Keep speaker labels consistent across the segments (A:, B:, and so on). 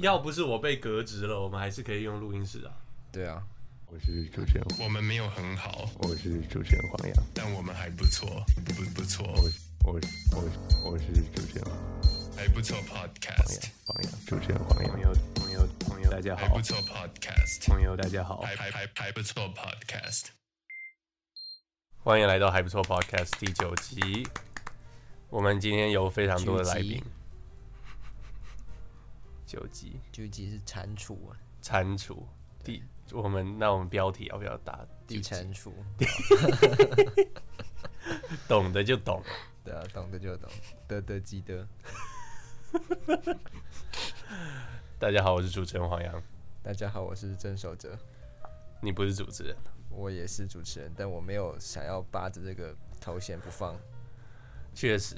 A: 要不是我被革职了，我们还是可以用录音室啊。
B: 对啊，
C: 我是主持人，
D: 我们没有很好，
C: 我是主持人黄洋，
D: 但我们还不错，不不错，
C: 我是我是我是我是主持人
D: 还不错 Podcast，
C: 黄洋，主持人黄
E: 朋
C: 洋，
E: 友，朋友，朋友，大家
D: 还
E: 好
D: 不。错 Podcast，
E: 朋友，大家好。
D: 还还还还不错 Podcast。
A: 欢迎来到还不错 Podcast 第九集。我们今天有非常多的来宾，九集
B: 究竟是蟾蜍啊，
A: 蟾蜍第我们那我们标题要不要打？
B: 地蟾蜍，
A: 懂的就懂。
B: 对啊，懂的就懂，得得即得。
A: 大家好，我是主持人黄洋，
B: 大家好，我是郑守哲，
A: 你不是主持人，
B: 我也是主持人，但我没有想要扒着这个头衔不放。
A: 确实。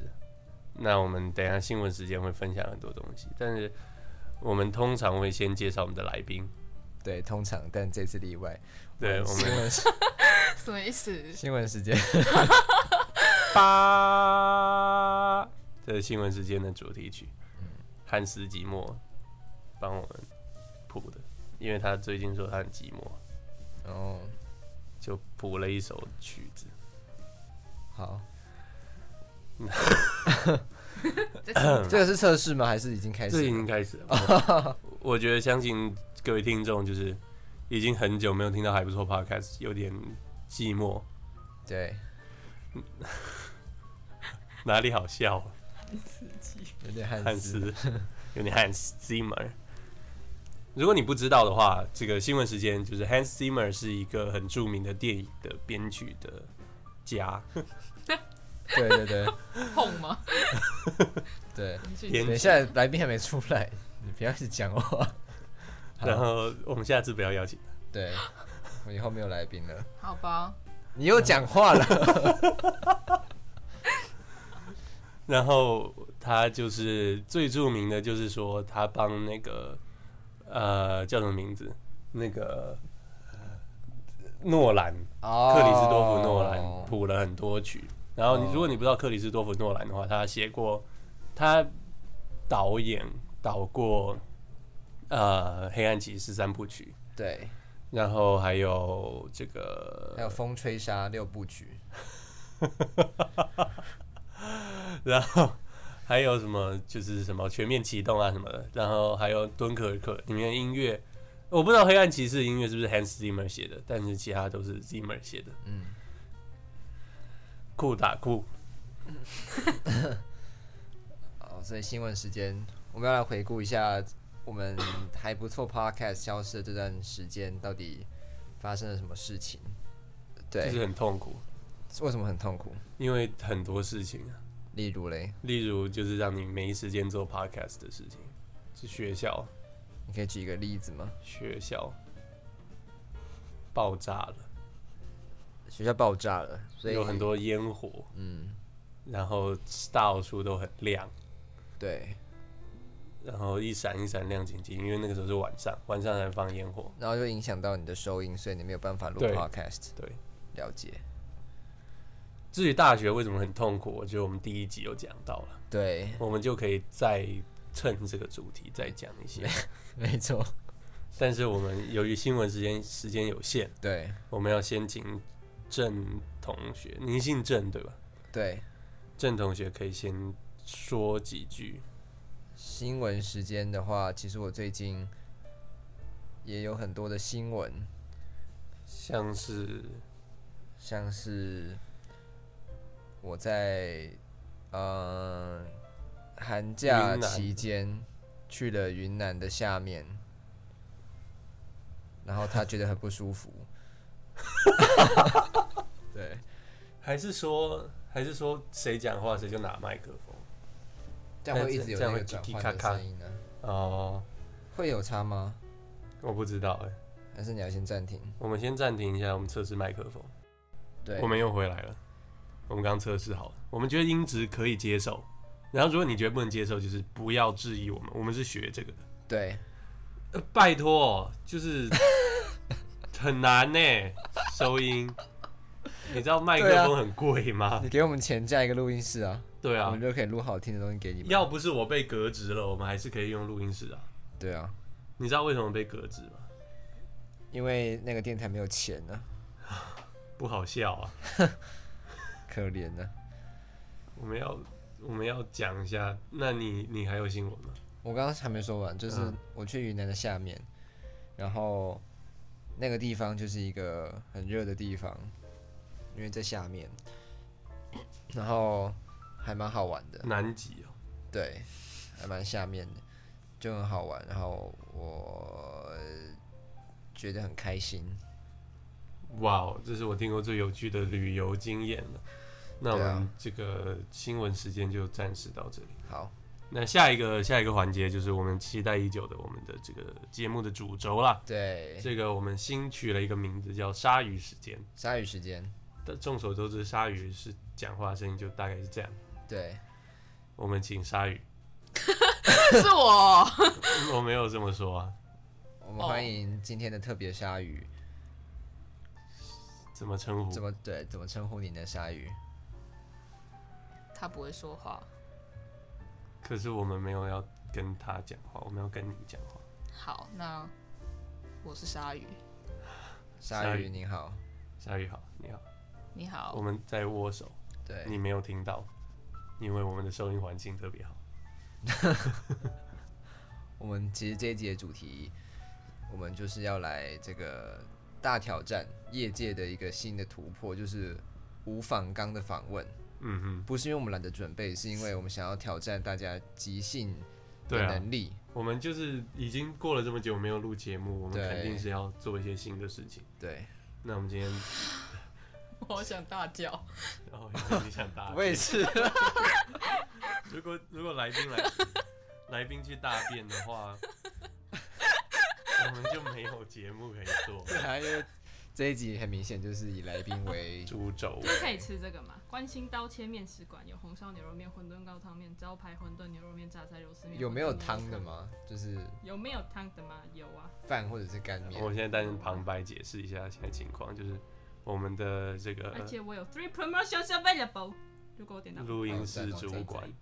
A: 那我们等一下新闻时间会分享很多东西，但是我们通常会先介绍我们的来宾。
B: 对，通常，但这次例外。
A: 对，我
B: 新
A: 们
B: 闻时
F: 什么意思？
B: 新闻时间，
A: 八这新闻时间的主题曲，
B: 嗯
A: 汉斯寂寞帮我们谱的，因为他最近说他很寂寞，
B: 然后
A: 就谱了一首曲子。
B: 好，
F: 这是
B: 这个是测试吗？还是已经开
A: 这已
B: 始
A: 经
B: 了？
A: 开始了，我 我觉得相信各位听众就是已经很久没有听到还不错 podcast，有点寂寞，
B: 对，
A: 哪里好笑啊？
B: 有点汉
A: 汉
B: 斯。
A: 斯， 有点 Hans Zimmer。如果你不知道的话，这个新闻时间就是 Hans Zimmer 是一个很著名的电影的编剧的 家，
B: 对对对
F: 碰吗？
B: 对。
A: 编
B: 等
A: 剧。
B: 一下，来宾还没出来，你不要一直讲话。
A: 然后我们下次不要邀请他。
B: 对，我以后没有来宾了。
F: 好吧，
B: 你又讲话了。
A: 然后他就是最著名的，就是说他帮那个呃叫什么名字？那个呃诺兰
B: 哦
A: 克里斯多夫诺兰谱了很多曲。然后你如果你不知道克里斯多夫诺兰的话，他写过，他导演导过呃《黑暗骑士》三部曲，
B: 对，
A: 然后还有这
B: 还有《
A: 个，
B: 风吹沙》六部曲，
A: 然后还有什么就是什么全面启动啊什么的，然后还有《敦刻尔克》里面的音乐。我不知道《黑暗骑士》音乐是不是 Hans Zimmer 写的，但是其他都是 Zimmer 写的。
B: 嗯，
A: 酷打酷，
B: 哦，所以新闻时间，我们要来回顾一下我们还不错 Podcast 消失的这段时间到底发生了什么事情？
A: 就
B: 对，
A: 是很痛苦，
B: 为什么很痛苦？
A: 因为很多事情啊。
B: 例如嘞，
A: 例如就是让你没时间做 podcast 的事情，是学校
B: 你可以举一个例子吗？
A: 学校爆炸了，
B: 学校爆炸了，所以
A: 有很多烟火，
B: 嗯，
A: 然后到处都很亮，
B: 对，
A: 然后一闪一闪亮晶晶，因为那个时候是晚上，晚上才放烟火，
B: 然后就影响到你的收音，所以你没有办法录
A: 对
B: Podcast。
A: 对。
B: 了解，
A: 至于大学为什么很痛苦，我觉得我们第一集有讲到了，
B: 对，
A: 我们就可以再趁这个主题再讲一 些。
B: 没错，
A: 但是我们由于新闻时间时间有限，
B: 对
A: 我们要先请郑同学，您姓郑对吧？
B: 对。
A: 郑同学可以先说几句，
B: 新闻时间的话，其实我最近也有很多的新闻，
A: 像是
B: 像是我在呃寒假
A: 云南
B: 期间去了云南的下面，然后他觉得很不舒 服。对，
A: 还是说还是说谁讲话谁就拿麦克风
B: 这样会一直有
A: 这样会
B: 那个转
A: 叽叽
B: 换
A: 咔
B: 的
A: 咔
B: 声音啊呢、
A: 哦，
B: 会有差吗？
A: 我不知道哎、
B: 还是你要先暂停？
A: 我们先暂停一下，我们测试麦克风，
B: 对，
A: 我们又回来了，我们刚测试好了，我们觉得音质可以接受，然后如果你觉得不能接受，就是不要质疑我们，我们是学这个的，
B: 对
A: 呃、拜托，就是很难呢、收音，你知道麦克
B: 对啊
A: 风很贵吗
B: 你？给我们钱加一个录音室啊。
A: 对
B: 我
A: 啊
B: 们，就可以录好听的东西给你们。
A: 要不是我被革职了，我们还是可以用录音室啊。
B: 对啊，
A: 你知道为什么被革职吗？
B: 因为那个电台没有钱啊呢、
A: 不好笑啊！
B: 可怜啊呢、
A: 我们要我们要讲一下，那你你还有新闻吗？
B: 我刚刚还没说完，就是
A: 嗯
B: 我去云南的下面，然后那个地方就是一个很热的地方，因为在下面，然后还蛮好玩的，
A: 南极哦，
B: 对，还蛮下面的，就很好玩。然后我觉得很开心，
A: 哇哦，这是我听过最有趣的旅游经验了。那我
B: 对啊
A: 们这个新闻时间就暂时到这里。
B: 好，
A: 那下一个下一个环节就是我们期待已久的我们的这个节目的主轴啦。
B: 对，
A: 这个我们新取了一个名字叫“鲨鱼时间
B: 鲨鱼时间，”，
A: 但众所周知，鲨鱼是讲话声音就大概是这样。
B: 对，
A: 我们请鲨鱼，
F: 是我。
A: 我没有这么说啊，
B: 我们欢迎今天的特别鲨鱼，
A: 怎么称呼
B: 怎？么对怎么称呼您的鲨鱼？
F: 他不会说话。
A: 可是我们没有要跟他讲话，我们要跟你讲话。
F: 好，那我是鲨鱼。
B: 鲨
A: 鲨
B: 鱼
A: 鱼
B: 您好，
A: 鲨鱼好，你好，
F: 你好
A: 我，们在握手，
B: 对，
A: 你没有听到，因为我们的收音环境特别好。
B: 我们其实这一集的主题，我们就是要来这个大挑战，业界的一个新的突破，就是无访纲的访问。
A: 嗯哼，
B: 不是因为我们懒得准备，是因为我们想要挑战大家即兴
A: 对
B: 的
A: 啊，
B: 能力。
A: 我们就是已经过了这么久没有录节目，我们
B: 对
A: 肯定是要做一些新的事情。
B: 对，
A: 那我们今 天，
F: 我好想大叫。
A: 然后原来你想大便，
B: 啊是。
A: 如果如果来宾来来宾去大便的话，我们就没有节目可以做。
B: 对啊，因为这一集很明显就是以来宾为
A: 猪肘
F: 可以吃这个吗？关心刀切面食馆有红烧牛肉面、馄饨高汤面、招牌馄饨牛肉面、榨菜肉丝面。
B: 有没有
F: 馄饨牛肉
B: 汤的吗？就是
F: 汤？有没有汤的吗？有啊。
B: 饭或者是干面
A: 我。现在担任旁白解释一下现在情况，就是我们的这
B: 呃
A: 个
F: 而且我有 three promotions available。如果我点到
A: 录音
B: 哦
A: 室
F: 啊
B: 对
A: 主
B: 对
A: 管，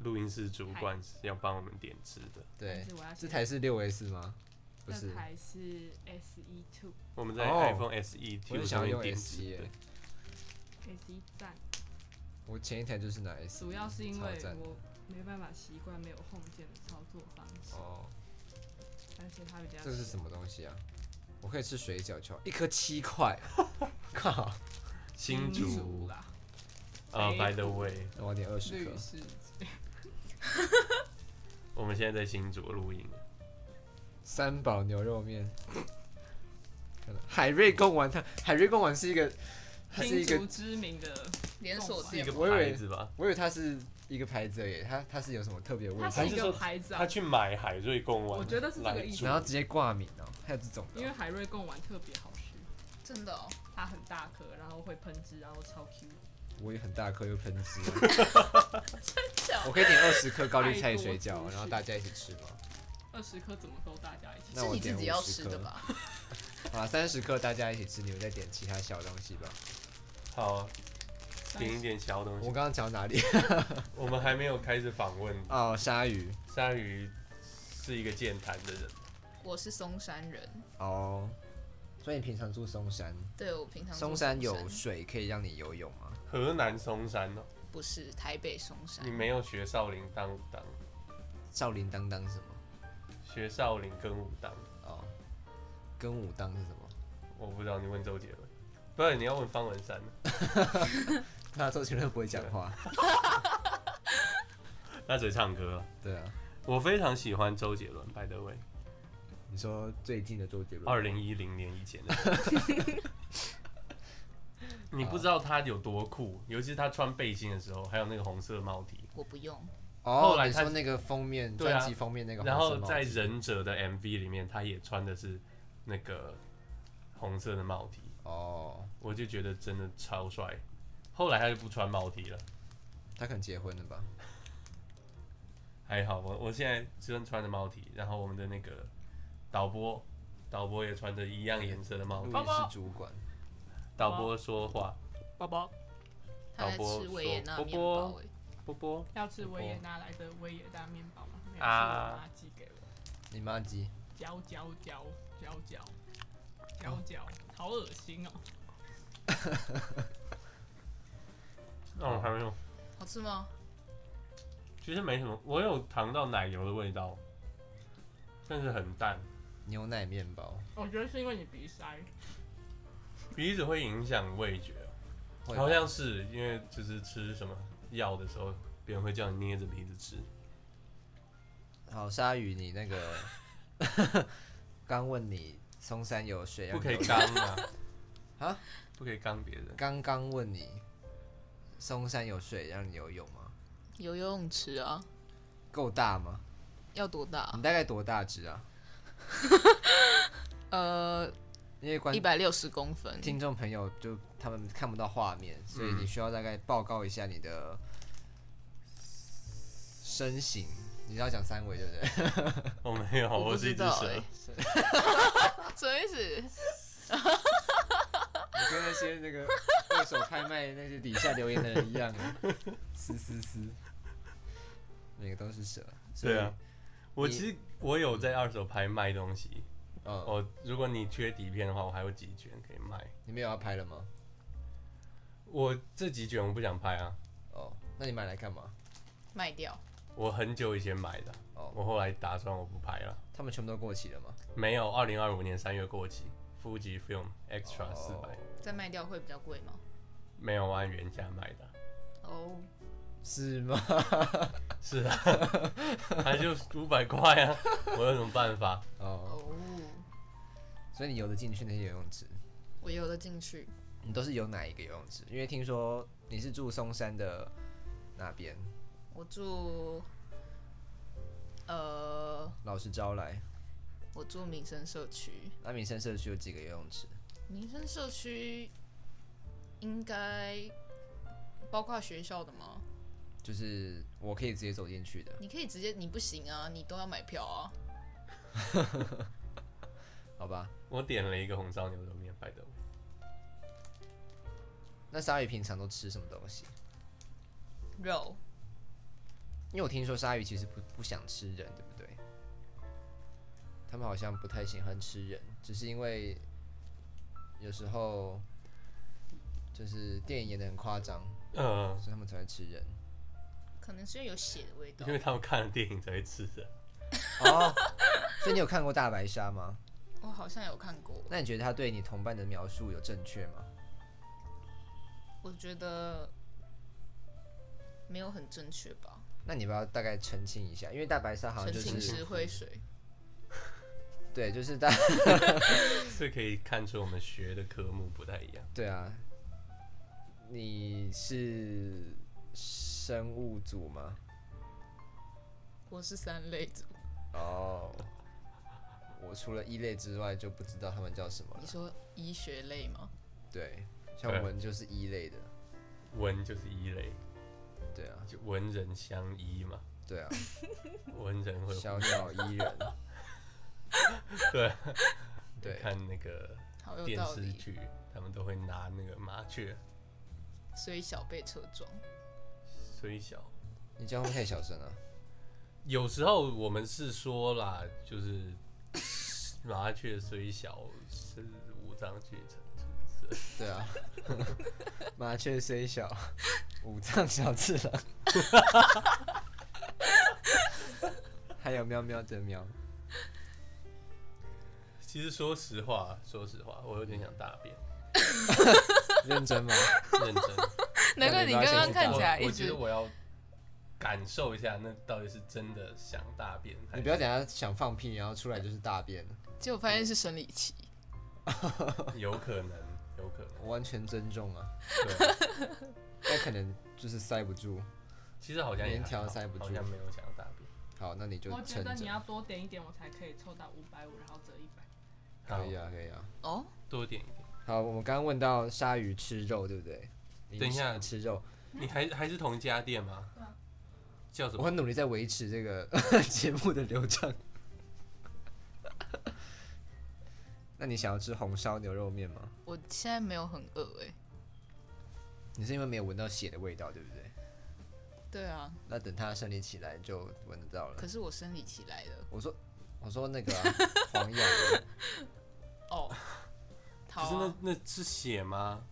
A: 录音室主管是要帮我们点吃的。
B: 对，
F: 我要
B: 这台是六 S 吗？不
F: 这
B: 是，
F: 台是 S E two
A: 我们在
B: 哦
A: iPhone SE
B: 我
A: Two
B: 也
A: 上
B: 想
A: 面
B: 用
A: 点
B: S
A: 吃
B: E
A: 的。
F: S E 一站，
B: 我前一台就是拿 S，
F: 主要是因为
B: 超赞
F: 我没办法习惯没有 home 键的操作方式，
B: 哦，
F: 而且它比较
B: 这是什么东西啊？我可以吃水饺球，一颗七块， 靠，
A: 新竹
F: 啦，
A: 啊
F: 北
A: ，By the way，
B: 那我点二十颗
F: 绿。是
A: 我们现在在新竹录音。
B: 哎三宝牛肉面，海瑞贡丸汤，海瑞贡丸是一个，它是
F: 新
B: 一个
F: 竹，知名的
E: 连锁
A: 是一
E: 店
A: 个
B: 我以为
A: 牌子吧？
B: 我以为它是一个牌子而已，它它是有什么特别的味道
F: 它是
A: 还
F: 一
A: 是
F: 个
A: 说
F: 牌子
A: 他
F: 啊，
A: 去买海瑞贡丸，
F: 我觉得是这个意思
B: 然后直接挂名哦、还有这种的
F: 因
B: 哦、
F: 为海瑞贡丸特别好吃，
E: 真的哦，
F: 它很大颗，然后会喷汁，然后超 Q，
B: 我也很大颗又喷 汁，
F: 假
B: 我可以点二十颗高丽菜水
F: 太多
B: 饺，
F: 资讯
B: 然后大家一起吃吗？
F: 二十颗怎么够大家一起吃？
B: 那
E: 是
B: 我
E: 你自
B: 点
E: 己要
B: 50
E: 吃
B: 颗
E: 的吧？
B: 好啦，三十颗大家一起吃，你们再点其他小东西吧。
A: 好啊，点一点小东
B: 我
A: 西。
B: 刚刚讲到哪里？
A: 我们还没有开始访问
B: 哦，鲨鱼，
A: 鲨鱼，是一个健谈的人。
E: 我是松山人，
B: 哦，所以你平常住松山，
E: 对我平常住
B: 松山
E: 山
B: 有水可以让你游泳吗？
A: 河南嵩山哦，
E: 不是台北松山
A: 你，没有学少林当武当，
B: 少林当当是什么？
A: 学少林跟武当，
B: 哦，跟武当是什么？
A: 我不知道，你问周杰伦，不然你要问方文山。
B: 那周杰伦不会讲话。
A: 他只会唱歌，
B: 对啊，
A: 我非常喜欢周杰伦，by the way，
B: 你说最近的周杰伦，
A: 二零一零年以前的。 你不知道他有多酷，尤其是他穿背心的时候，还有那个红色帽 T，
E: 我不用，
B: 哦
A: 后，来
B: 你
A: 他
B: 说那个封面
A: 对啊
B: 专辑封面那个红色
A: 然
B: 帽子，
A: 后在忍者的 MV 里面，他也穿的是那个红色的帽 T，
B: 哦，
A: 我就觉得真的超帅。后来他就不穿帽 T 了，
B: 他可能结婚了吧？
A: 还好我我现在只能穿着帽 T，然后我们的那个导播导播也穿着一样颜色的帽
B: 录
A: T，
B: 音室主管，
A: 导播说话，
F: 宝宝
E: 他在
A: 导播
E: 吃
A: 说
E: 维也纳
A: 波
E: 面
A: 波
E: 包哎诶，
A: 波波
F: 要吃维也纳来的维也纳面包吗？没有，是
A: 啊
F: 我妈寄给我。
B: 你妈鸡，
F: 嚼嚼嚼嚼嚼嚼嚼，好恶心哦！
A: 那哦我还没有，
E: 好吃吗？
A: 其实没什么，我有尝到奶油的味道，但是很淡，
B: 牛奶面包
F: 我觉得是因为你鼻塞，
A: 鼻子会影响味觉哦，
B: 会吧
A: 好像是因为就是吃什么药的时候，别人会叫你捏着鼻子吃。
B: 好，鲨鱼，你那个 刚问你松山有水，
A: 不可以
B: 杨柳，
A: 刚啊
B: 啊，
A: 不可以刚别人。
B: 刚刚问你松山有水让你游泳吗？
E: 有游泳池啊，
B: 够大吗？
E: 要多大
B: 你？大概多大只啊？
E: 呃，
B: 因为观
E: 一百六十公分，
B: 听众朋友就他们看不到画面，所以你需要大概报告一下你的身形。你要讲三维对不对？
A: 我哦没有，
E: 我不
A: 我是一
E: 知
A: 只
E: 道
A: 蛇
E: 欸。
A: 啊
E: 什么意思？
B: 你跟那些那个二手拍卖那些底下留言的人一样啊，嘶嘶嘶，每个都是蛇。所以
A: 对啊，，我
B: 你
A: 其实我有在二手拍卖东西。
B: 嗯，
A: 我如果你缺底片的话，我还有几卷可以卖。
B: 你没有要拍了吗？
A: 我这几卷我不想拍啊，
B: 哦，那你买来干嘛？
E: 卖掉？
A: 我很久以前买的，啊
B: 哦
A: 我后来打算我不拍了。
B: 他们全部都过期了吗？
A: 没有，二零二五年三月过期。Fuji Film Extra 四百、
B: 哦
E: 再卖掉会比较贵吗？
A: 没有按原价买的，啊
E: 哦，
B: 是吗？
A: 是啊，还就五百块啊， 我有什么办法？
B: 哦，
E: 哦，
B: 所以你游得进去那些游泳池，
E: 我游得进去，
B: 你都是游哪一个游泳池？因为听说你是住松山的那边，
E: 我住，呃，
B: 老实招来，
E: 我住民生社区，
B: 那民生社区有几个游泳池？
E: 民生社区应该包括学校的吗？
B: 就是我可以直接走进去的。
E: 你可以直接，你不行啊，你都要买票啊。
B: 好吧，
A: 我点了一个红烧牛肉面，拜的。
B: 那鲨鱼平常都吃什么东西？
E: 肉
B: 因为我听说鲨鱼其实不不想吃人，对不对？他们好像不太喜欢吃人，只是因为有时候就是电影演的很夸张，
A: 呃，
B: 所以他们才会吃人。
E: 可能是因为有血的味道
A: 因，为他们看了电影才会吃的。
B: 哦，所以你有看过大白鲨吗？
E: 我好像有看过。
B: 那你觉得他对你同伴的描述有正确吗？
E: 我觉得没有很正确吧，
B: 那你要不要大概澄清一下，因为大白鲨好像
E: 澄
B: 就
E: 清
B: 是
E: 石灰水。
B: 对，就是大
A: 这可以看出我们学的科目不太一样。
B: 对啊，你是生物组吗？
E: 我是三类组，
B: 哦，我除了 E 一类之外就不知道他们叫什么
E: 你
B: 了。
E: 说医学类吗？
B: 对，像
A: 对
B: 我们就是一类的。
A: 文就是一类，
B: 对啊，
A: 就文人相依嘛，
B: 对啊，
A: 文人 会
B: 小鸟依人。
A: 对
B: 对，
A: 看那个
E: 好有
A: 电
E: 道
A: 视
E: 理，
A: 剧，他们都会拿那个麻雀
E: 所以小被车撞。
A: 虽小。
B: 你这样会不会太小声了、啊
A: 有时候我们是说啦，就是麻雀虽小，是五脏俱全。
B: 对 啊，麻雀虽小，五脏小次 郎。还有喵喵的喵，
A: 其实说实话，说实话，我有点想大 便，
B: 认真吗？
A: 认真。
E: 难怪你刚刚看起来
A: 我
E: 一
A: 我觉
E: 直
A: 得我要感受一下，那到底是真的想大便，还是
B: 你不要等下想放屁，然后出来就是大便，
E: 结果发现是生理期，
A: 有可能， 有可能。
B: 我完全尊重啊。
A: 对，
B: 那可能就是塞不住。
A: 其实好像也
B: 连条
A: 还好
B: 塞不住
A: 好像没有想大便。
B: 好，那你就
F: 我觉
B: 撑
F: 得你要
B: 着。
F: 多点一点，我才可以凑到五百五，然后折一百。
B: 可以
A: 好，
B: 啊，可以啊。
E: 哦，
A: 多点一点。
B: 好，我们刚刚问到鲨鱼吃肉，对不对？你
A: 等一下
B: 你吃肉，
A: 你还还是同一家店吗？
B: 啊
A: 叫什
B: 我
A: 么？
B: 很努力在维持这个 节目的流畅。 那你想要吃红烧牛肉面吗？
E: 我现在没有很饿哎、
B: 你是因为没有闻到血的味道，对不对？
E: 对啊，
B: 那等它生理起来就闻得到了
E: 可。是我生理期来了，
B: 我说我说那个啊、黄药的
E: 哦，
A: 可
E: 好
A: 是那
E: 啊，
A: 那是血吗？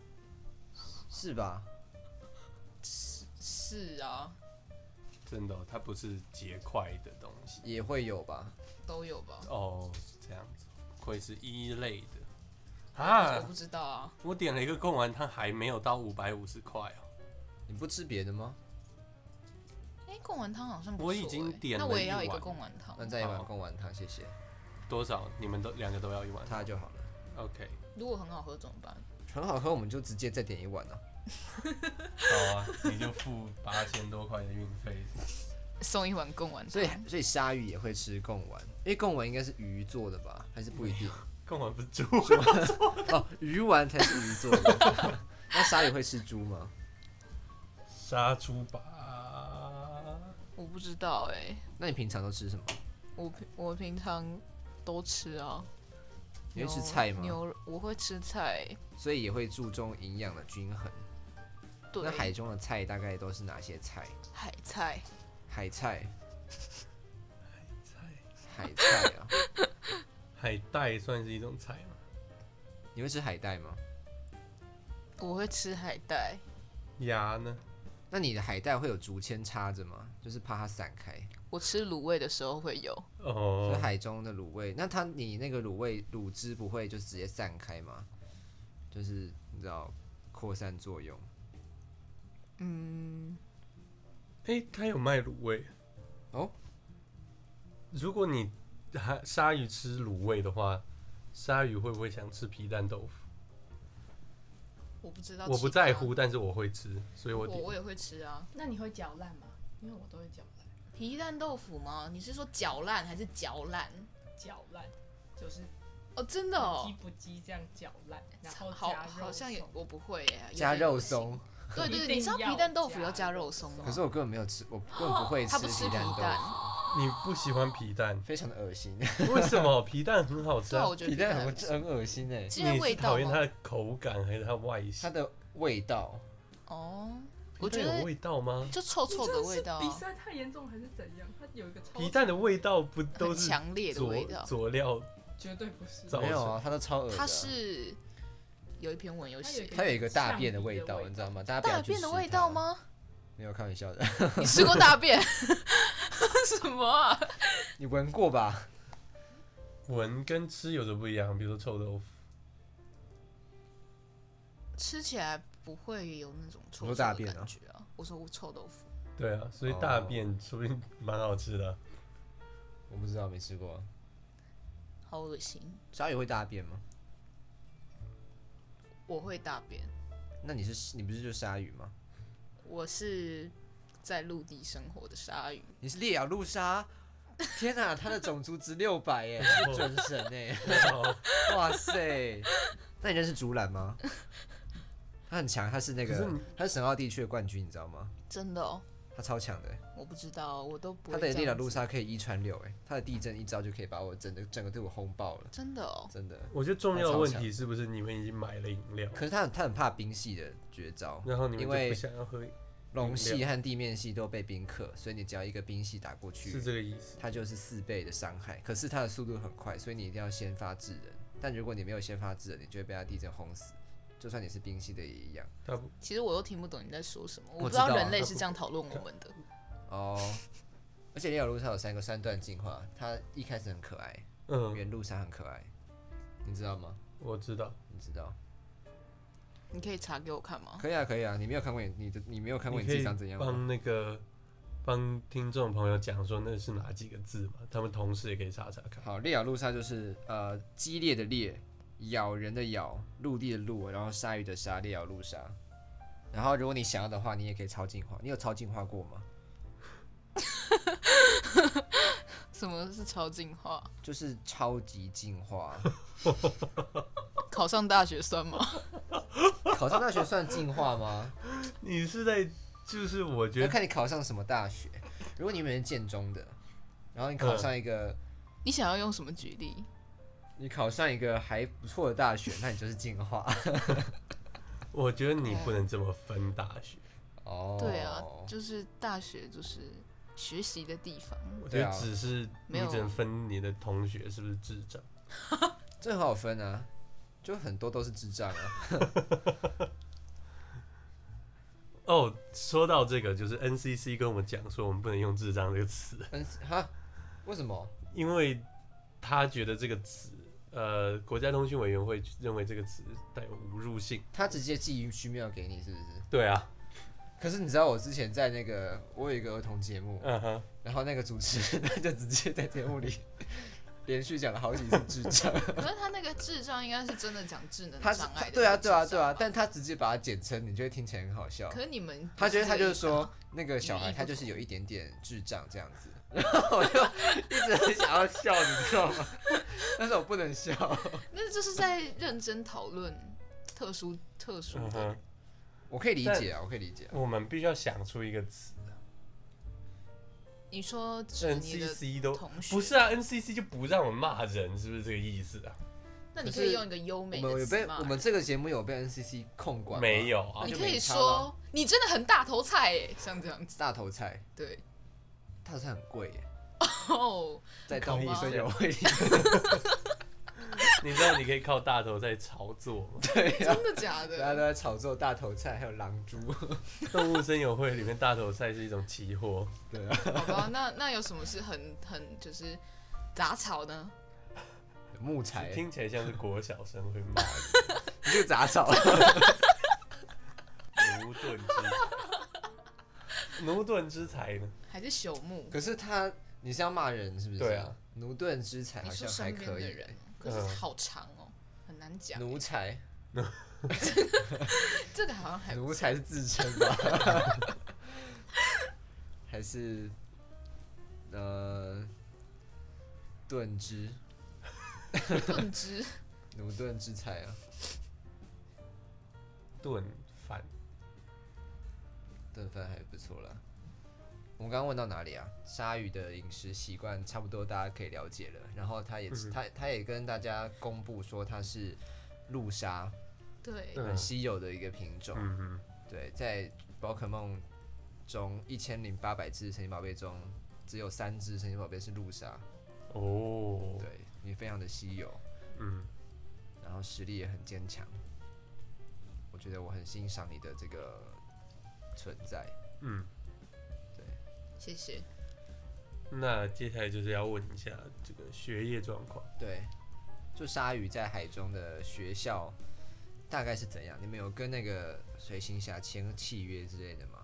B: 是吧？
E: 是啊，
A: 真的哦、它不是结块的东西。
B: 也会有吧？
E: 都有吧？
A: 哦，是这样子，不愧是一类的
E: 我
A: 啊
E: 不！知道啊，
A: 我点了一个贡丸汤，还没有到五百五十块哦。
B: 你不吃别的吗？
E: 哎，贡丸汤好像不错
A: 我已经
E: 哎
A: 点
E: 那
A: 了
E: 我也要
A: 一
E: 一个
A: 碗
E: 贡丸汤
B: 那。再一碗
A: 好
B: 贡丸汤，谢谢，
A: 多少？你们都两个都要一碗
B: 它就好了。
A: ？OK，
E: 如果很好喝怎么办？
B: 很好喝，我们就直接再点一碗啊。
A: 好啊，你就付八千多块的运费。
E: 送一碗贡丸汤，
B: 所以所以鲨鱼也会吃贡丸，因为贡丸应该是鱼做的吧？还是不一定？
A: 贡丸不是猪？
B: 哦，鱼丸才是鱼做的。那鲨鱼会吃猪吗？
A: 杀猪吧！
E: 我不知道哎、
B: 那你平常都吃什么？
E: 我平我平常都吃啊。
B: 你会吃
E: 牛
B: 菜吗
E: 牛我会吃菜，
B: 所以也会注重营养的均衡。
E: 对，
B: 那海中的菜大概都是哪些菜？
E: 海菜，
B: 海菜。海菜啊，
A: 海带算是一种菜吗？
B: 你会吃海带吗？
E: 我会吃海带，
A: 牙呢？
B: 那你的海带会有竹签插着吗？就是怕它散开。
E: 我吃卤味的时候会有，
A: 哦
B: 所以，海中的卤味，那它你那个卤味卤汁不会就直接散开吗？就是你知道扩散作用，
E: 嗯，
A: 哎、它有卖卤味
B: 哦。
A: 如果你还鲨鱼吃卤味的话，鲨鱼会不会想吃皮蛋豆腐？
E: 我不知道，
A: 我不在乎，，但是我会吃，所以我
E: 我
A: 点
E: 我也会吃啊。
F: 那你会搅烂吗？因为我都会搅烂，
E: 皮蛋豆腐吗？你是说搅烂还是嚼烂？
F: 搅烂就是
E: 哦，真的
F: 鸡
E: 哦，
F: 不鸡这样搅烂，然后
E: 好
F: 加肉
E: 好像也
F: 松
E: 我不会耶，有
B: 加
E: 点
B: 肉
E: 恶心。
B: 松。
E: 对对
F: 一
E: 对，你知道
F: 定要
E: 皮蛋豆腐
F: 加
E: 要加
F: 肉
E: 肉松
F: 松
E: 吗
B: 可？是我根本没有吃，我根本不会
E: 啊哦他
B: 吃
E: 不吃
B: 皮蛋
E: 皮
B: 豆
E: 蛋
B: 腐，，
A: 你不喜欢皮蛋
B: 非常的恶心。
A: 为什么？皮蛋很好吃、
E: 对啊，
A: 啊
E: 我。觉 得
B: 皮蛋
E: 很
B: 很很恶心哎，
E: 是因为
A: 你
E: 味
A: 是
E: 道
A: 讨厌它
E: 吗？
A: 的口感还是它外
B: 它
A: 形？
B: 的味道
E: 哦，我
A: 皮
E: 觉
A: 蛋
E: 得
A: 有味道吗？
E: 就臭臭的味道
F: 比
E: 啊，
F: 赛太严重还是怎样？它有一个超
A: 皮蛋的味道不都
E: 很
A: 是
E: 强烈的
A: 佐
E: 味道。
A: 佐料？
F: 绝对不是
A: 糟
B: 没有啊，它都超恶的啊。
E: 它是有一篇文有写
F: 它
B: 它有一个大便的味
F: 呛鼻的味
B: 道，
F: 道
B: 你知道吗？大家不要
E: 大
B: 去
E: 便的
B: 吃
E: 味
B: 它
E: 道？吗？
B: 没有开玩笑的，
E: 你吃过大便？ 什么啊？
B: 你闻过吧？
A: 闻跟吃有的不一样，比如说臭豆腐，
E: 吃起来不会有那种
B: 你
E: 臭
B: 说
E: 臭
B: 大
E: 的
B: 便啊
E: 感觉啊。我说我臭豆腐，
A: 对啊，所以
B: 哦
A: 大便说不定蛮好吃 的啊。
B: 我不知道，没吃过。
E: 好恶心。
B: 鲨鱼会大便吗？
E: 我会大便，
B: 那你是你不是就是鲨鱼吗？
E: 我是在陆地生活的鲨鱼。
B: 你是烈咬陆 鲨？天哪、它的种族值六 百耶，是准神哎！哇塞，那你认识竹篮 吗？他很强，他是那
A: 可
B: 个
A: 是你
B: 他是神奥地区的冠军，你知道吗？
E: 真的哦，
B: 他超强的耶，
E: 我不知道，我都不
B: 他
E: 会
B: 的
E: 这
B: 烈咬
E: 样
B: 陆
E: 子。
B: 鲨可以一传六哎，他的地震一招就可以把我整个整个队伍轰爆了，
E: 真的哦，
B: 真的。
A: 我觉得重要的问题是不是你们已经买了饮料，
B: 可是他很他很怕冰系的绝招，
A: 然后你
B: 因
A: 们就不
B: 为
A: 想要喝，
B: 龙系和地面系都被冰克，所以你只要一个冰系打过去，
A: 是这个意思？
B: 它就是四倍的伤害，可是它的速度很快，所以你一定要先发制人。但如果你没有先发制人，你就会被它地震轰死。就算你是冰系的也一样。
A: 它不
E: 其实我都听不懂你在说什么，我
B: 我
E: 不
B: 知道啊
E: 人类是这样讨论我们的。
B: 哦，而且烈咬陆鲨有三个三段进化，它一开始很可爱，
A: 嗯，
B: 原陆鲨很可爱，你知道吗？
A: 我知道。
B: 你知道？
E: 你可以查给我看吗？
B: 可以啊，可以啊。你没有看过你你的你没有看过
A: 你
B: 你
A: 可
B: 自己
A: 以
B: 长怎样吗？
A: 帮那个帮听众朋友讲说那是哪几个字嘛？他们同时也可以查查看。
B: 好，烈咬陆鲨就是呃激烈的烈，咬人的咬，陆地的陆，然后鲨鱼的鲨，烈咬陆鲨。然后如果你想要的话，你也可以超进化。你有超进化过吗？
E: 什么是超进化？
B: 就是超级进 化，
E: 考上大学算吗？
B: 考上大学算进化吗？
A: 你是在就是我觉
B: 要
A: 得
B: 看你考上什么大学。如果你原本是建中的，然后你考上一个，
A: 嗯
E: 你想要用什么举例？
B: 你考上一个还不错的大学，那你就是进化。
A: 我觉得你不能这么分大学。
E: 啊
B: 哦，
E: 对啊，就是大学就是学习的地 方。
A: 我觉
B: 对啊
A: 得只是你
E: 没有
A: 只能分你的同学是不是智障，
B: 这很好分啊，就很多都是智障啊。
A: 哦，说到这个，就是 NCC 跟我们讲说，我们不能用“智障”这个词，
B: 嗯，哈，为什么？
A: 因为他觉得这个词，呃，国家通讯委员会认为这个词带有侮辱性。
B: 他直接寄 Gmail 给你是不是？
A: 对啊，
B: 可是你知道我之前在那个，我有一个儿童节目，
A: 嗯哼，
B: 然后那个主持人他就直接在节目里连续讲了好几次智障，
E: 可是他那个智障应该是真的讲智能
B: 他是
E: 障碍的。
B: 对啊对啊对啊，。但他直接把它简称，你就会听起来很好笑
E: 可。是你们不
B: 他觉得
E: 这
B: 他
E: 个
B: 就是
E: 意思
B: 说
E: 啊，
B: 那个小
E: 语
B: 孩
E: 义不
B: 他就是有一点点智障这样子，然后我就一直很想要 笑，你知道吗？但是我不能笑。
E: 那就是在认真讨论特殊特殊
A: 嗯
E: 的
A: 哼，
B: 我可以理解啊，我可以理解啊、
A: 我们必须要想出一个词
E: 你说指你的
A: ，NCC 都
E: 同学
A: 不是啊，NCC 就不让我们骂人，是不是这个意思啊？
E: 那你
B: 可
E: 可以
B: 是
E: 用一个优
B: 我
E: 美
B: 们
E: 的
B: 有
E: 词
B: 被
E: 嘛？
B: 我们这个节目有被 NCC 控管吗
A: 没有啊
B: 那
E: 你
B: 就
E: 可以
B: 没差了
E: 说你真的很大头菜耶，像这样子。
B: 大头菜，
E: 对，
B: 大头菜很贵耶，
E: 哦，
B: 在动物
A: 靠
B: 森
A: 你
B: 友会里，
A: 你知道你可以靠大头在操作吗？
B: 对啊
E: 真，的假
B: 大家 都
E: 的？
B: 在炒作大头菜，还有狼蛛，
A: 动物森友会里面大头菜是一种期货，
B: 对啊，
E: 好吧，那那有什么是很很就是杂草呢？
B: 木材，
A: 听起来像是国小生会骂 的
B: 你这个杂草，
A: 牛顿之牛顿之才呢？
E: 还是朽木？
B: 可是他你是要骂人是不是？
A: 对啊，
B: 奴钝之才
E: 你
B: 好
E: 说
B: 像还
E: 身边
B: 可
E: 的
B: 以，嗯
E: 人，可是好长哦，很难讲。
B: 奴才，
E: 这个好像还
B: 奴才是自称吧？ 还是呃，钝之
E: 钝之，
B: 奴钝之才啊，
A: 顿反
B: 顿饭还不错啦。我们刚刚问到哪里啊？鲨鱼的饮食习惯差不多大家可以了解了，然后他也、
A: 嗯
B: 他他也跟大家公布说它是陆鲨，
E: 对，
A: 嗯
B: 很稀有的一个品种。
A: 嗯嗯。
B: 对，在宝可梦中一千零八百只神奇宝贝中，只有三只神奇宝贝是陆鲨，
A: 哦，
B: 对，也非常的稀有，
A: 嗯，
B: 然后实力也很坚强。我觉得我很欣赏你的这个存在。
A: 嗯，
E: 谢谢。
A: 那接下来就是要问一下这个学业状况。
B: 对，就鲨鱼在海中的学校大概是怎样？你们有跟那个水行侠签契约之类的吗？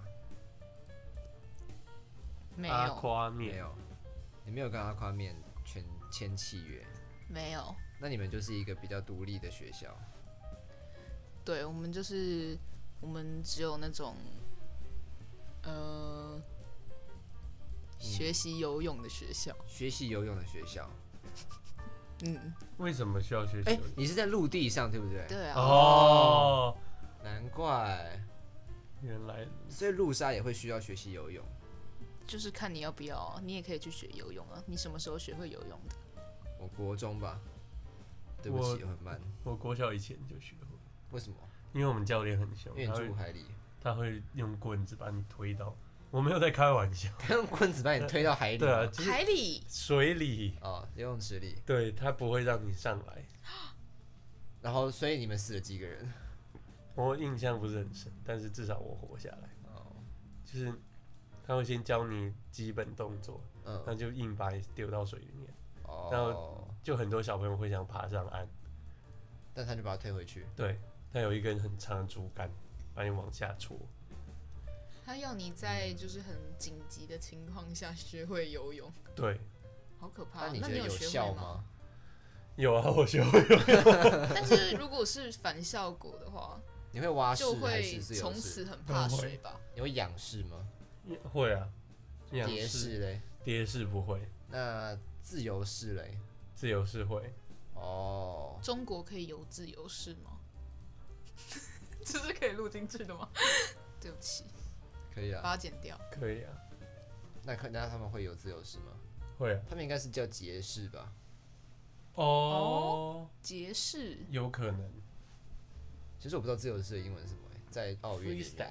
E: 没
A: 阿
E: 有，
A: 夸
B: 没
A: 面，
B: 有，你没有跟阿夸面签签契约，
E: 没有。
B: 那你们就是一个比较独立的学校。
E: 对，我们就是我们只有那种，呃，
B: 嗯
E: 学习游泳的学校。
B: 学习游泳的学校。
E: 嗯，
A: 为什么需要学习
B: 哎、
A: 游泳？
B: 你是在陆地上对不对？
E: 对啊，
A: 哦，
B: 难怪，
A: 原来
B: 所以陆鲨也会需要学习游泳。
E: 就是看你要不要啊，你也可以去学游泳啊。你什么时候学会游泳的？
B: 我国中吧，对不起，我很慢。
A: 我国小以前就学会，
B: 为什么？
A: 因为我们教练很凶
B: 因为，你
A: 他
B: 住
A: 会
B: 海里，
A: 他会用棍子把你推到。我没有在开玩笑，
B: 他用棍子把你推到海里。
A: 对啊，，其实
E: 海里
A: 水里，
B: 哦，游泳池里。
A: 对他不会让你上来。
B: 然后，所以你们死了几个人？
A: 我印象不是很深，但是至少我活下来。
B: 哦，
A: 就是他会先教你基本动作，那
B: 嗯，
A: 就硬把你丢到水里面，然
B: 哦
A: 后，就很多小朋友会想爬上岸。
B: 但他就把他推回去。
A: 对，它有一根很长的竹竿，把你往下戳。
E: 他要你在就是很紧急的情况下学会游泳，
A: 对，
E: 好可怕
B: 那
E: 啊。
B: 你觉
E: 你
B: 得有
E: 学
B: 效
E: 会？
B: 吗？
A: 有啊，我学会了。
E: 但是如果是反效果 的话，
B: 你会蛙式
E: 就
B: 还
E: 会
B: 啊是自由
E: 从此
B: 式？
E: 很怕
A: 都会
E: 水吧？
B: 你会仰式吗？
A: 会啊，仰
B: 蝶式
A: 式、
B: 嘞？
A: 蝶式不会，
B: 那自由式嘞？
A: 自由式会。
B: 哦，
E: 中国可以有自由式吗？这是可以录进去的吗？对不起，
B: 可以
E: 把
B: 啊。
E: 它剪掉。
A: 可以啊，
B: 那可那他们会有自由式吗？
A: 会啊。
B: 他们应该是叫节式吧？
A: 哦，
E: 节式
A: 有可能
B: 其实我不知道自由式的英文是什么欸、在奥运里面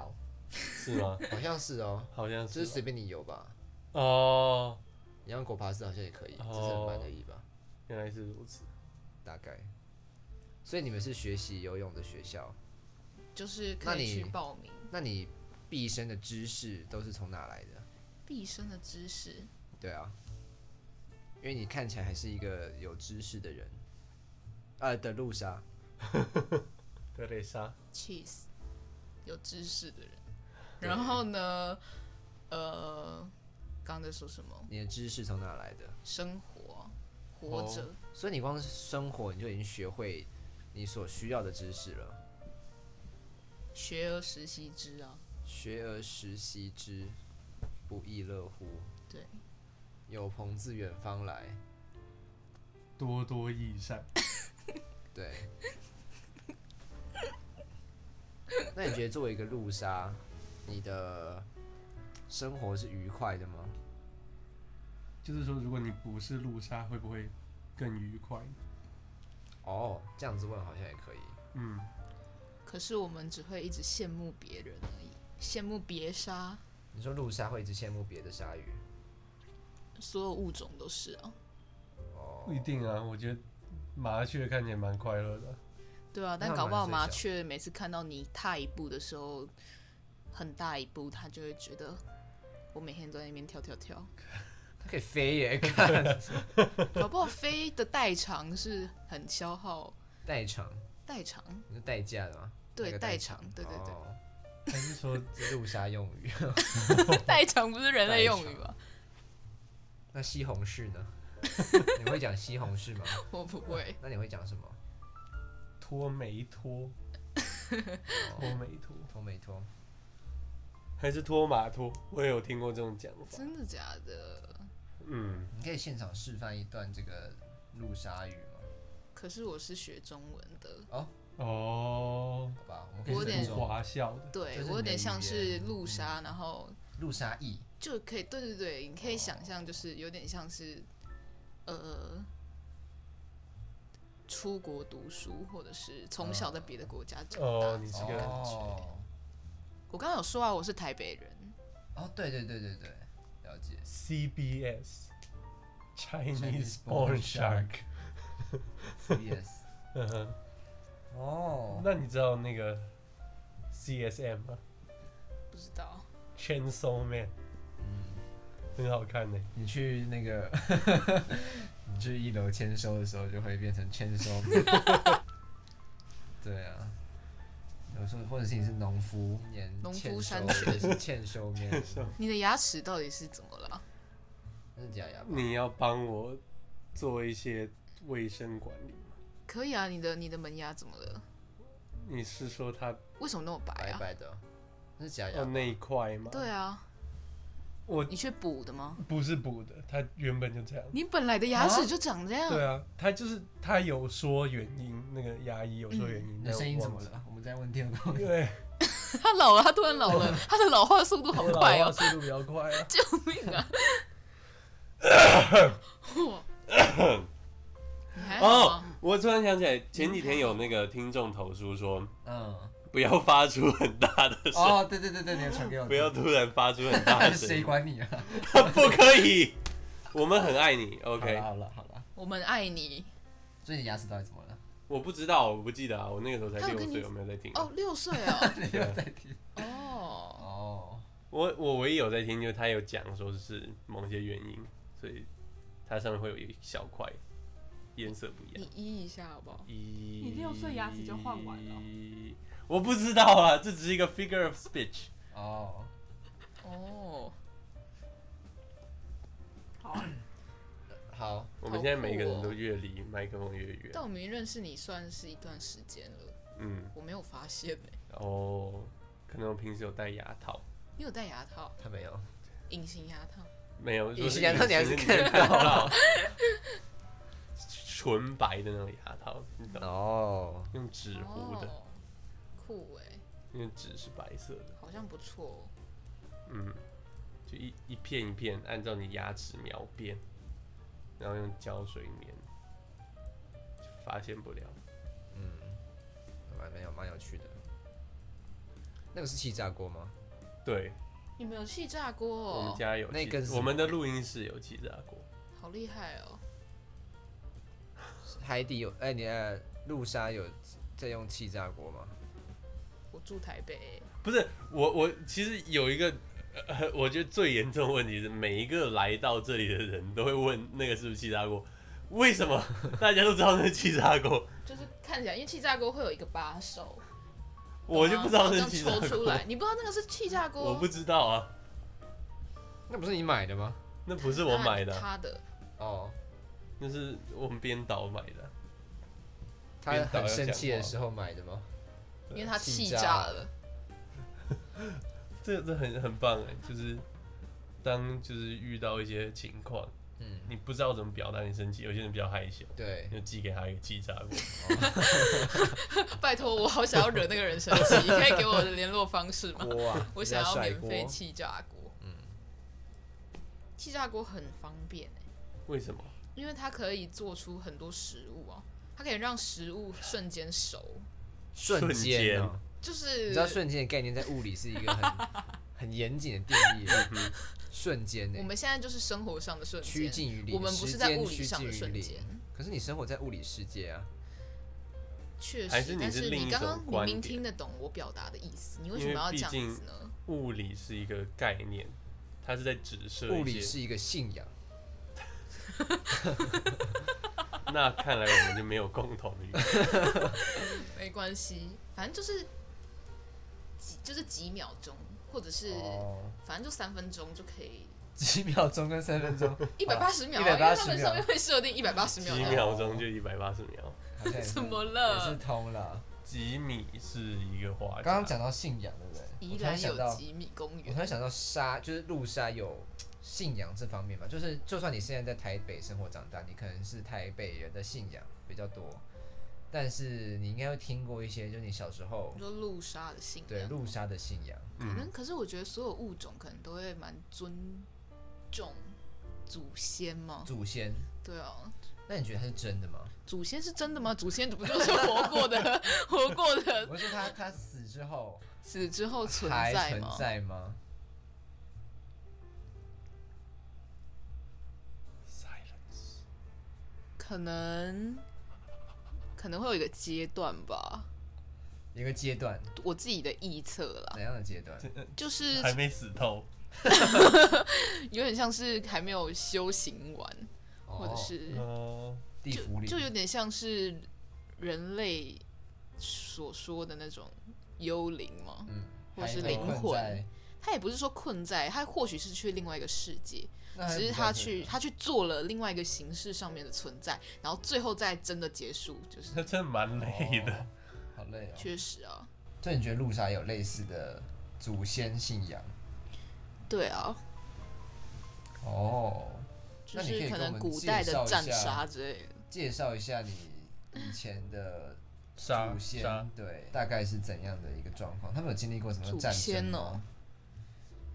A: 是吗？
B: 好像是哦，
A: 好像
B: 就是
A: 是
B: 随
A: 吧。
B: 便你游吧。
A: 哦，
B: 羊狗爬式好像也可以，只是很慢而已吧，
A: 原来是如此。
B: 大概。所以你们是学习游泳的学校，
E: 就是
B: 那
E: 可以
B: 你
E: 去报名。
B: 那你毕生的知识都是从哪来的？
E: 毕生的知识，
B: 对啊，因为你看起来还是一个有知识的人，呃的路杀，
A: 德蕾莎，
E: cheese，有知识的人。然后呢，呃，刚刚在说什么？
B: 你的知识从哪来的？
E: 生活，活着。
B: 所以你光是生活你就已经学会你所需要的知识了。
E: 学而时习之啊，
B: 学而时习之，不亦乐乎？
E: 对，
B: 有朋自远方来。
A: 多多益善。
B: 对。 那你觉得作为一个路杀，你的生活是愉快的吗？
A: 就是说，如果你不是路杀，会不会更愉快？
B: 哦，这样子问好像也可以。
A: 嗯，
E: 可是我们只会一直羡慕别人而已，羡慕别杀，
B: 你说路杀会一直羡慕别的鲨鱼？
E: 所有物种都是啊。
B: 哦
A: 不一定啊。我觉得麻雀看起来蛮快乐的。
E: 对啊，但
B: 那
E: 搞不好
B: 蛮
E: 麻
B: 最小
E: 雀每次看到你踏一步的时候，很大一步，它就会觉得我每天都在那边跳跳跳。
B: 它可以飞耶， 看
E: 搞不好飞的代偿是很消耗
B: 代偿，
E: 代偿，
B: 你说代驾的吗？
E: 对
B: 那个
E: 代
B: 偿
E: 偿，对对对
B: 哦
A: 还是说，
B: 这是路杀用语。哦
E: 代偿不是人类用语吗？
B: 那西红柿呢？ 你会讲西红柿吗？
E: 我不会，
B: 那你会讲什么？
A: 拖没拖， 拖没拖，
B: 拖没拖？
A: 还是拖马拖？我也有听过这种讲法。
E: 真的假的？
A: 嗯，
B: 你可以现场示范一段这个路鲨语吗？
E: 可是我是学中文的，
A: 哦，
B: 好吧，我们可以
E: 有点
B: 用这
A: 不
B: 种
A: 滑笑的。
E: 对
B: 就是
E: 我有点
B: 你的
E: 像
B: 语
E: 是
B: 言嗯
E: 路杀，然后
B: 路鲨意，
E: 就可以，对对对，你可
A: 哦
E: 以想象，就是有点像是，呃，出国读书，或者是从小在别的国家长
A: 哦
E: 大。
A: 你这个
B: 哦
E: 我刚刚有说啊，我是台北人，
B: 哦，对对对对对，了解。
A: CBS Chinese
B: Chinese
A: Born
B: Born
A: Shark。
B: Yes，
A: 嗯哼，
B: 哦，
A: 那你知道那个 CSM 吗
E: 不知道。
A: ？Chainsaw Man，
B: 嗯，
A: 很好看呢。
B: 你去那个， 你去一楼签收的时候就会变成签 收。对啊，有时候或者是你是农夫，演
E: 农夫
B: 欠收
E: 山
B: 或者是欠收面，
E: 你的牙齿到底是怎么了？
B: 那是假牙吧？
A: 你要帮我做一些卫生管理吗？
E: 可以啊，你的你的门牙怎么了？
A: 你是说它
E: 为什么那么白
B: 白
E: 啊？
B: 白的，那是假牙
A: 哦
B: 吧。
A: 那一块吗？
E: 对啊，
A: 我
E: 你去补的 吗？
A: 不是补的，它原本就这样。
E: 你本来的牙齿
B: 啊
E: 就长这样。
A: 对啊，他就是他有说原因，那个牙医有说原因。
B: 你
A: 但
B: 的
A: 我
B: 嗯声音怎么
A: 忘记？
B: 了？我们再问第二个。
A: 对，
E: 他老了，他突然老 了，他的老化速度好
A: 我
E: 快
A: 老化
E: 哦！。
A: 速度比较快啊
E: 救命 啊！哦哇你还好
A: 哦
E: 吗？，
A: 我突然想起来，前几天有那个听众投诉说，
B: 嗯，
A: 不要发出很大的声，
B: 哦，对对对对，你要传给我。
A: 不要突然发出很大的声
B: 谁
A: 音，
B: 管你 啊
A: 不可以。我们很爱你
B: 好
A: ，OK？
B: 了好了好了，
E: 我们爱你
B: 所以你牙齿到底怎么了？
A: 我不知道，我不记得啊，我那个时候才
E: 他有
A: 六
E: 跟你
A: 岁，我没有在听。
E: 哦，六岁哦，
B: 你又在听？
E: 哦，
B: 哦，
A: 我我唯一有在听，就是他有讲说是某些原因，所以它上面会有一小块颜色不一样。
E: 你医一下好不好？
A: 你
F: 六岁牙齿就换完了哦
A: 我不知道啊，这只是一个 figure of speech。
B: 哦，
E: 哦，
F: 好啊，
B: 好，
A: 我们现在每个人都越离麦克风越远。
E: 但我明认识你算是一段时间了，
F: 哦
A: 嗯，
E: 我没有发现欸呢、
A: 哦，可能我平时有戴牙套，
E: 你有戴牙套，
B: 他没有。
E: 隐形牙套，
A: 没有。
B: 隐形牙套你还是
A: 隐形你
B: 看得啊
A: 到， 纯白的那种牙套，你懂？
B: 哦，
A: 用纸糊的，
E: 哦、酷哎、
A: 因为纸是白色的。
E: 好像不错、哦。
A: 嗯，就一一片一片，按照你牙齿描边，然后用胶水粘，就发现不了。
B: 嗯，蛮蛮有蛮有趣的。那个是气炸锅吗？
A: 对，
E: 你们有气炸锅
A: 我们
E: 哦，
A: 家有气，
B: 那个是
A: 我们的录音室有气炸锅，
E: 好厉害哦！
B: 海底有哎、你的陆沙有在用气炸锅吗？
E: 我住台北，欸
A: 不是我我其实有一个。呃，我觉得最严重的问题是，每一个来到这里的人都会问那个是不是气炸锅？为什 么大家都知道那是气炸锅，
E: 就是看起来，因为气炸锅会有一个把手，
A: 我就不知道
E: 这
A: 那
E: 样
A: 是气炸
E: 啊抽出
A: 锅
E: 来，，你不知道那个是气炸锅，
A: 我不知道啊，
B: 那不是你买的吗？
A: 那不是我
E: 他
A: 买的啊，
E: 他的
B: 哦，
A: 那是我们编导买的啊。
B: 他
A: 编导要
B: 很生
A: 讲
B: 气的
A: 话
B: 时候买的吗？
E: 因为他
B: 气
E: 气
B: 炸
E: 炸了，
A: 这这很很棒哎，就是当就是遇到一些情况，
B: 嗯，
A: 你不知道怎么表达你生气，有些人比较害羞，
B: 对
A: 你，就寄给他一个气炸锅。
E: 拜托，我好想要惹那个人生气，你可以给我的联络方式 吗？
B: 锅啊，
E: 我
B: 人
E: 想
B: 家
E: 要
B: 甩
E: 免费
B: 锅，
E: 气炸锅。嗯，气炸锅很方便欸
A: 为什么？
E: 因为它可以做出很多食物哦，它可以让食物瞬间熟，
B: 瞬间、哦，
E: 就是
B: 你知道瞬间的概念在物理是一个很 很严谨的定义，瞬间呢、欸
E: 我们现在就是生活上的瞬间，
B: 趋近于零，
E: 我们不是
B: 时
E: 在
B: 间
E: 物
B: 趋
E: 理上
B: 近
E: 的
B: 于
E: 瞬
B: 零
E: 间，
B: 可是你生活在物理世界啊，
E: 确
A: 还
E: 实
A: 是。你
E: 但
A: 是另
E: 你
A: 一
E: 刚
A: 种
E: 刚明
A: 观
E: 明
A: 点
E: 听得懂我表达的意思，你为
A: 因
E: 什么
A: 为
E: 要这
A: 毕
E: 样
A: 竟
E: 子呢？
A: 物理是一个概念，它是在指涉
B: 物
A: 一
B: 理
A: 些。
B: 是一个信仰。
A: 那看来我们就没有共同语 言。
E: 没关系，反正就是几就是几秒钟，或者是、
B: 哦，啊
E: 反正就三分钟就可以，
B: 几秒钟跟三分钟，
E: 一百八十秒啊，因为他
B: 180
E: 们上面会设定一百八十秒
A: 几
E: 的。
A: 秒钟就一百八十秒，
B: 好像也是
E: 怎么
B: 也是
E: 了？
B: 通了。
A: 几米是一个花。
B: 刚刚讲，到信仰，对不对？
E: 宜
B: 我突然
E: 兰
B: 想
E: 有
B: 到，
E: 吉米公
B: 我突然
E: 园，
B: 想到沙，就是路沙有信仰这方面嘛，就是就算你现在在台北生活长大，你可能是台北人的信仰比较多，但是你应该会听过一些，就是你小时候
E: 你说路杀的信
B: 对
E: 仰，
B: 路沙的信仰。
A: 嗯
E: 可能可是我觉得所有物种可能都会蛮尊重祖先嘛。
B: 祖先，
E: 对啊，
B: 那你觉得它是真的吗？
E: 祖先是真的吗？祖先不就是活过的， 活过的
B: 我是说他他死之后
E: 死之后呃存
B: 还
E: 在
B: 存
E: 吗？
B: 在吗？
E: 可能可能会有一个阶段吧，
B: 一个阶段，
E: 我自己的臆测啦，
B: 怎样的阶段？
E: 就是
A: 还没死透，
E: 有点像是还没有修行完，或者
B: 哦
E: 是
A: 嗯，
B: 地府里
E: 就有点像是人类所说的那种幽灵嘛。
B: 嗯，
E: 或是
B: 还
E: 灵
B: 困
E: 魂
B: 在，
E: 他也不是说困在，他或许是去另外一个世界，
B: 那还
E: 只
B: 不
E: 是
B: 啊
E: 他
B: 算
E: 去
B: 是
E: 他去做了另外一个形式上面的存在，然后最后再真的结束，就是
A: 那真的蛮 累的
B: 哦。好累哦。
E: 确实啊，
B: 所以你觉得路莎有类似的祖先信仰？
E: 对啊，
B: 哦，
E: 就
B: 那你可以
E: 是
B: 跟我
E: 能
B: 们
E: 古
B: 介
E: 代的
B: 绍一
E: 战
B: 下
E: 杀之类的。
B: 介绍一下你以前 的
A: 杀杀
B: 祖先，，对，大概是怎样的一个状况？他们有经历过什么样的战
E: 祖先
B: 争
E: 哦
B: 吗？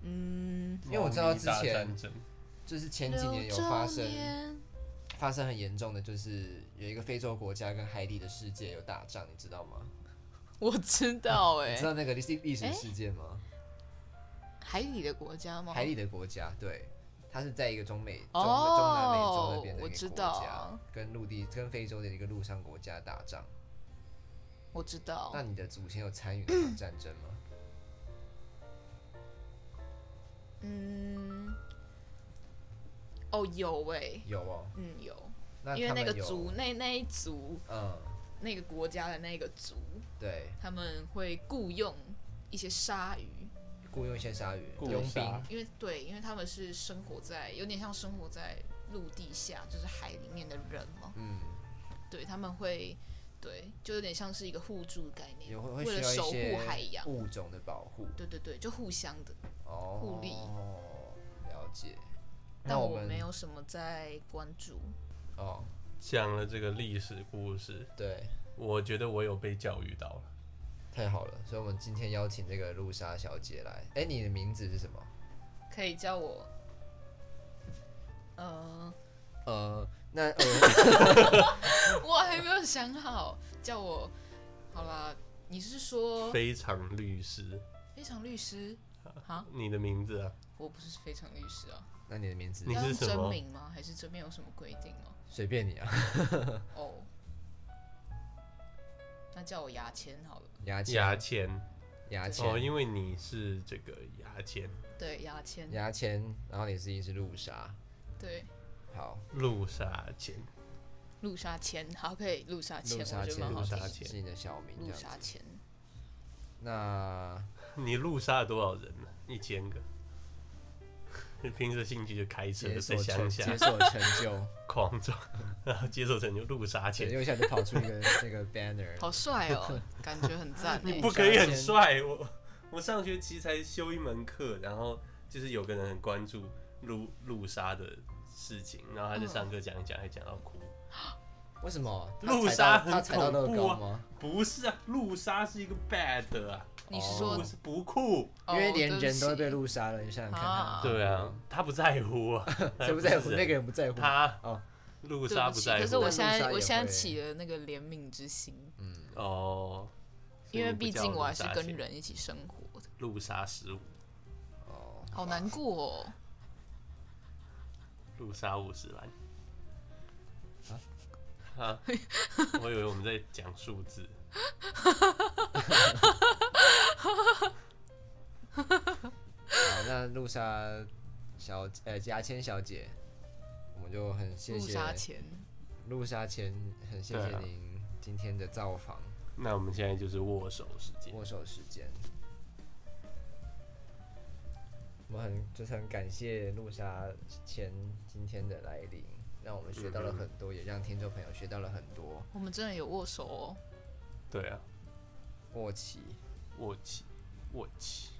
E: 嗯，
B: 因为我知道之
A: 猫咪大
B: 前
A: 战争
B: 就是前几年有
E: 六周
B: 发生
E: 年
B: 发生很严重的，就是有一个非洲国家跟海底的世界有打仗，你知道吗？
E: 我知道哎、
B: 你知道那个历历史事件吗？
E: 海底的国家吗？
B: 海底的国家，对，它是在一个中美中、
E: 哦
B: 中南美洲那边的
E: 我
B: 一
E: 知
B: 个国
E: 道
B: 家，跟陆地跟非洲的一个陆上国家打仗。
E: 我知道
B: 那，你的祖先有参与那场战争吗？
E: 嗯，哦有哎、
B: 有哦，
E: 嗯有，
B: 那
E: 因为
B: 他
E: 那
B: 们
E: 个
B: 有
E: 族，那那一族
B: 嗯，
E: 那个国家的那个族，
B: 对，
E: 他们会雇佣一些鲨鱼，
B: 雇佣一些鲨鱼，
A: 雇
B: 佣
A: 鲨
B: 兵，
E: 因为对，因为他们是生活在有点像生活在陆地下，就是海里面的人嘛，
B: 嗯，
E: 对，他们会。对，就有点像是一个互助概
B: 也
E: 念，
B: 会会
E: 为了
B: 需要
E: 守
B: 一
E: 护海
B: 些
E: 洋，
B: 物种的保护，
E: 对对对，就互相的。
B: 哦，
E: 互利
B: 了解。那
E: 但
B: 我
E: 我
B: 们
E: 没有什么在关注，
B: 哦，
A: 讲了这个历史故事，
B: 对，
A: 我觉得我有被教育到了。
B: 太好了，所以我们今天邀请这个露莎小姐来。哎、你的名字是什么？
E: 可以叫我，呃，
B: 呃，那呃，
E: 我还没有想好，叫我，好啦，你是说
A: 非常律师，
E: 非常律师？啊，
A: 你的名字啊，
E: 我不是非常律师啊，
B: 那你的名字
A: 你
E: 要
A: 是
E: 用
A: 什么
E: 真名吗？还是这边有什么规定吗？
B: 随便你啊，
E: 哦，那叫我牙签好了。
B: 牙
A: 牙
B: 签
A: 签
B: 牙
A: 哦，
B: 签
A: 因为你是这个牙签
E: 对，牙签，
B: 牙签，然后你是一只路鲨，
E: 对，
B: 好，
A: 陆沙签，
E: 陆沙签，好，可以陆沙签，
B: 路
E: 我
B: 鲨
E: 觉得
B: 签
E: 蛮好
A: 陆鲨
E: 听
A: 签
B: 是
E: 的。
B: 是你的小名这
E: 陆
B: 样子
E: 沙。签，
B: 那
A: 你陆杀了多少人呢、一千个。你凭着兴趣就开车
B: 解
A: 在
B: 锁
A: 乡
B: 成
A: 下
B: 解锁成 就，
A: 狂 撞，然后接受成就陆杀
B: 对，
A: 签，
B: 又一下就跑出一个 那个 banner，
E: 好帅 哦，感觉很赞欸。
A: 不可以很
B: 杀签
A: 帅。我我上学期才修一门课，然后就是有个人很关注陆陆杀的事情，然后他就上课讲一讲，还讲到哭。
B: 为什么？他
A: 路
B: 踩
A: 杀
B: 到他
A: 很
B: 踩到乐
A: 恐怖
B: 高
A: 啊
B: 吗？
A: 不是啊，陆杀是一个 bad 啊，
E: 你是
A: 不
E: 说
A: 是不酷。
B: 因
E: 哦
B: 为连
E: 对不
B: 人都会
E: 起
B: 被路杀了，你想想看
E: 啊
B: 他，
A: 对啊，，他不在乎啊，
B: 谁不在乎？
A: 不是
B: 那个人不在 乎，
A: 他
B: 哦，
A: 陆
E: 对
A: 杀
E: 不起，
A: 在乎。
E: 可是我现
B: 但陆
E: 在
B: 鲨
E: 我
B: 也
E: 现在
B: 会嗯
E: 起了那个怜悯之心，
A: 哦，
E: 因为毕竟我还是跟
A: 人。
E: 人一起生活的，
A: 路杀十五，
B: 哦，
E: 好难过哦。
A: 路杀五十万。 啊！我以为我们在讲数字，
B: 好，那路莎小姐呃牙签小姐，我们就很谢
E: 陆
B: 谢
E: 沙钱，
B: 路莎前，很谢
A: 对
B: 谢
A: 啊
B: 您今天的造访
A: 那我们现在就是握手时间。
B: 握手时间。我们很就是很感谢路莎前今天的来临，让我们学到了很多，也让听众朋友学到了很多
E: 我们真的有握手哦。
A: 对啊，
B: 默契。
A: 握起，握起，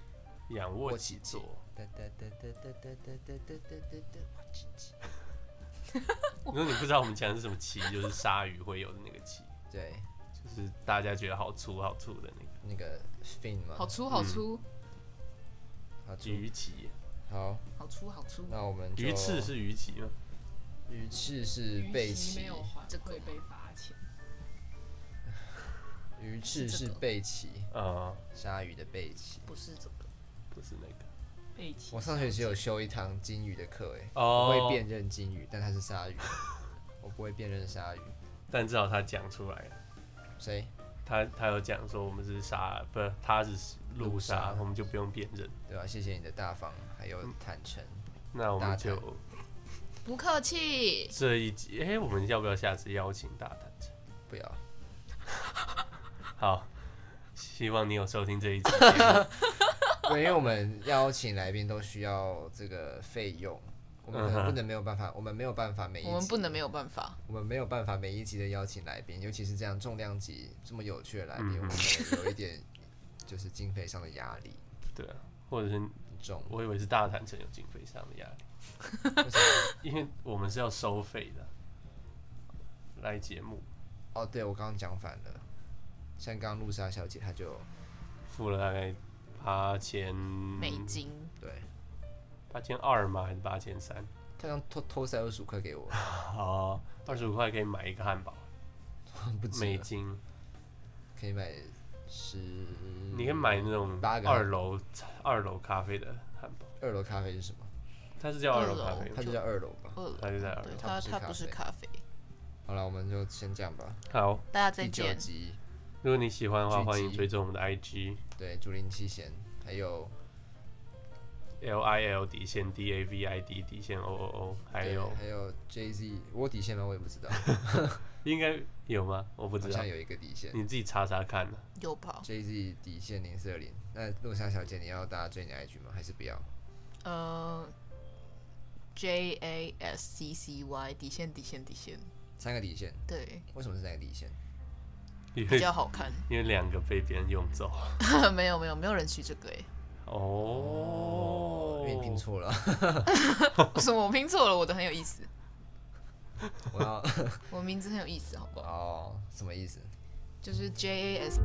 A: 仰卧起坐。
B: 哒哒哒哒哒哒哒哒哒哒哒哒，
A: 如
B: 我自己
A: 果你不知道我们讲的是什么鳍，就是鲨鱼会有的那个鳍，
B: 对
A: 就是大家觉得好粗好粗的那个
B: 那个 fin 嘛，
E: 好粗好粗
B: 好粗
A: 鱼鳍。
B: 好，
E: 好粗好粗，
B: 那我们就
A: 鱼翅是鱼鳍吗？
B: 鱼翅是背
F: 逾期
B: 鳍
F: 没，有还
E: 这个
F: 会被罚钱。
B: 鱼翅
E: 是这
B: 是
E: 个
B: 背鳍，
A: 啊、
B: 鲨鱼的背鳍。
E: 不是这个。
A: 不是那个。
F: 被期
B: 我上学期有修一堂金鱼的课，哎，
A: 哦
B: 我会辨认金鱼，但它是鲨鱼，我不会辨认鲨鱼。
A: 但至少他讲出来了，
B: 谁？
A: 他他有讲说我们是鲨，不，他是
B: 陆
A: 陆
B: 鲨
A: 鲨，我们就不用辨认。
B: 对吧、谢谢你的大方还有坦诚。
A: 那我
B: 大
A: 们
B: 谈
A: 就
E: 不客气，
A: 这一集，哎、我们要不要下次邀请大谈者？
B: 不要，
A: 好，希望你有收听这 一集。
B: 对，因为我们邀请来宾都需要这个费用，我们可能不能没有办法，我们没有办法每一集，
E: 我们不能没有办法。
B: 我们没有办法每一集的邀请来宾，尤其是这样重量级这么有趣的来宾，
A: 嗯
B: 我们可能有一点就是经费上的压力
A: 对啊，或者是
B: 很重。
A: 我以为是大谈城有经费上的压力，
B: 为什么
A: 因为我们是要收费的来节目，
B: 哦，对我刚刚讲反了，像刚刚露莎小姐她就
A: 付了大概八千
E: 美，金，
B: 对，
A: 八千二吗？还是八千三？
B: 她刚偷偷塞二十五块给我，
A: 哦，二十五块可以买一个汉堡，
B: 不止
A: 美
B: 了
A: 金，
B: 可以买十，
A: 你可以买那种
B: 嗯八个
A: 二楼二楼咖啡的汉堡，
B: 二楼咖啡是什么？
A: 它是叫二楼咖啡
B: 它
A: 吗？
B: 就叫二楼吧。
E: 呃，
A: 它就在二
E: 对，
A: 楼。
E: 它它
B: 它
E: 不
B: 不
E: 是
B: 是
E: 咖啡。
B: 好了，我们就先这样吧。
A: 好，
E: 大家再
B: 第九
E: 见，
B: 集，
A: 如果你喜欢的话，
B: 狙击
A: 欢迎追踪我们的 IG。
B: 对，竹林七贤，还有
A: L I L 底线 D A V I D 底线 O O O，还
B: 对
A: 有
B: 还有 J Z，我有底线吗？我也不知道，
A: 应该有吗？我不
B: 好
A: 知道嗯
B: 像，有一个底线。
A: 你自己查查看啊。
E: 右跑。
B: J Z 底线零四二零。那露莎小姐，你要大家追你的 IG 吗？还是不要？
E: 呃，J A S C C Y 底线底线底线，
B: 三个底线，
E: 对，
B: 为什么是三个底线？
A: 因
E: 比
A: 为
E: 较好看。
A: 因为两个被别人用走
E: 没有没有没有人取这个哎、
A: 哦
B: 哦因，为你拼错 了。
E: 为什么 我拼错了？我的很有意思，
B: 我要
E: 我名字很有意思，好不好？
B: 哦，什么意思？
E: 就是 J A S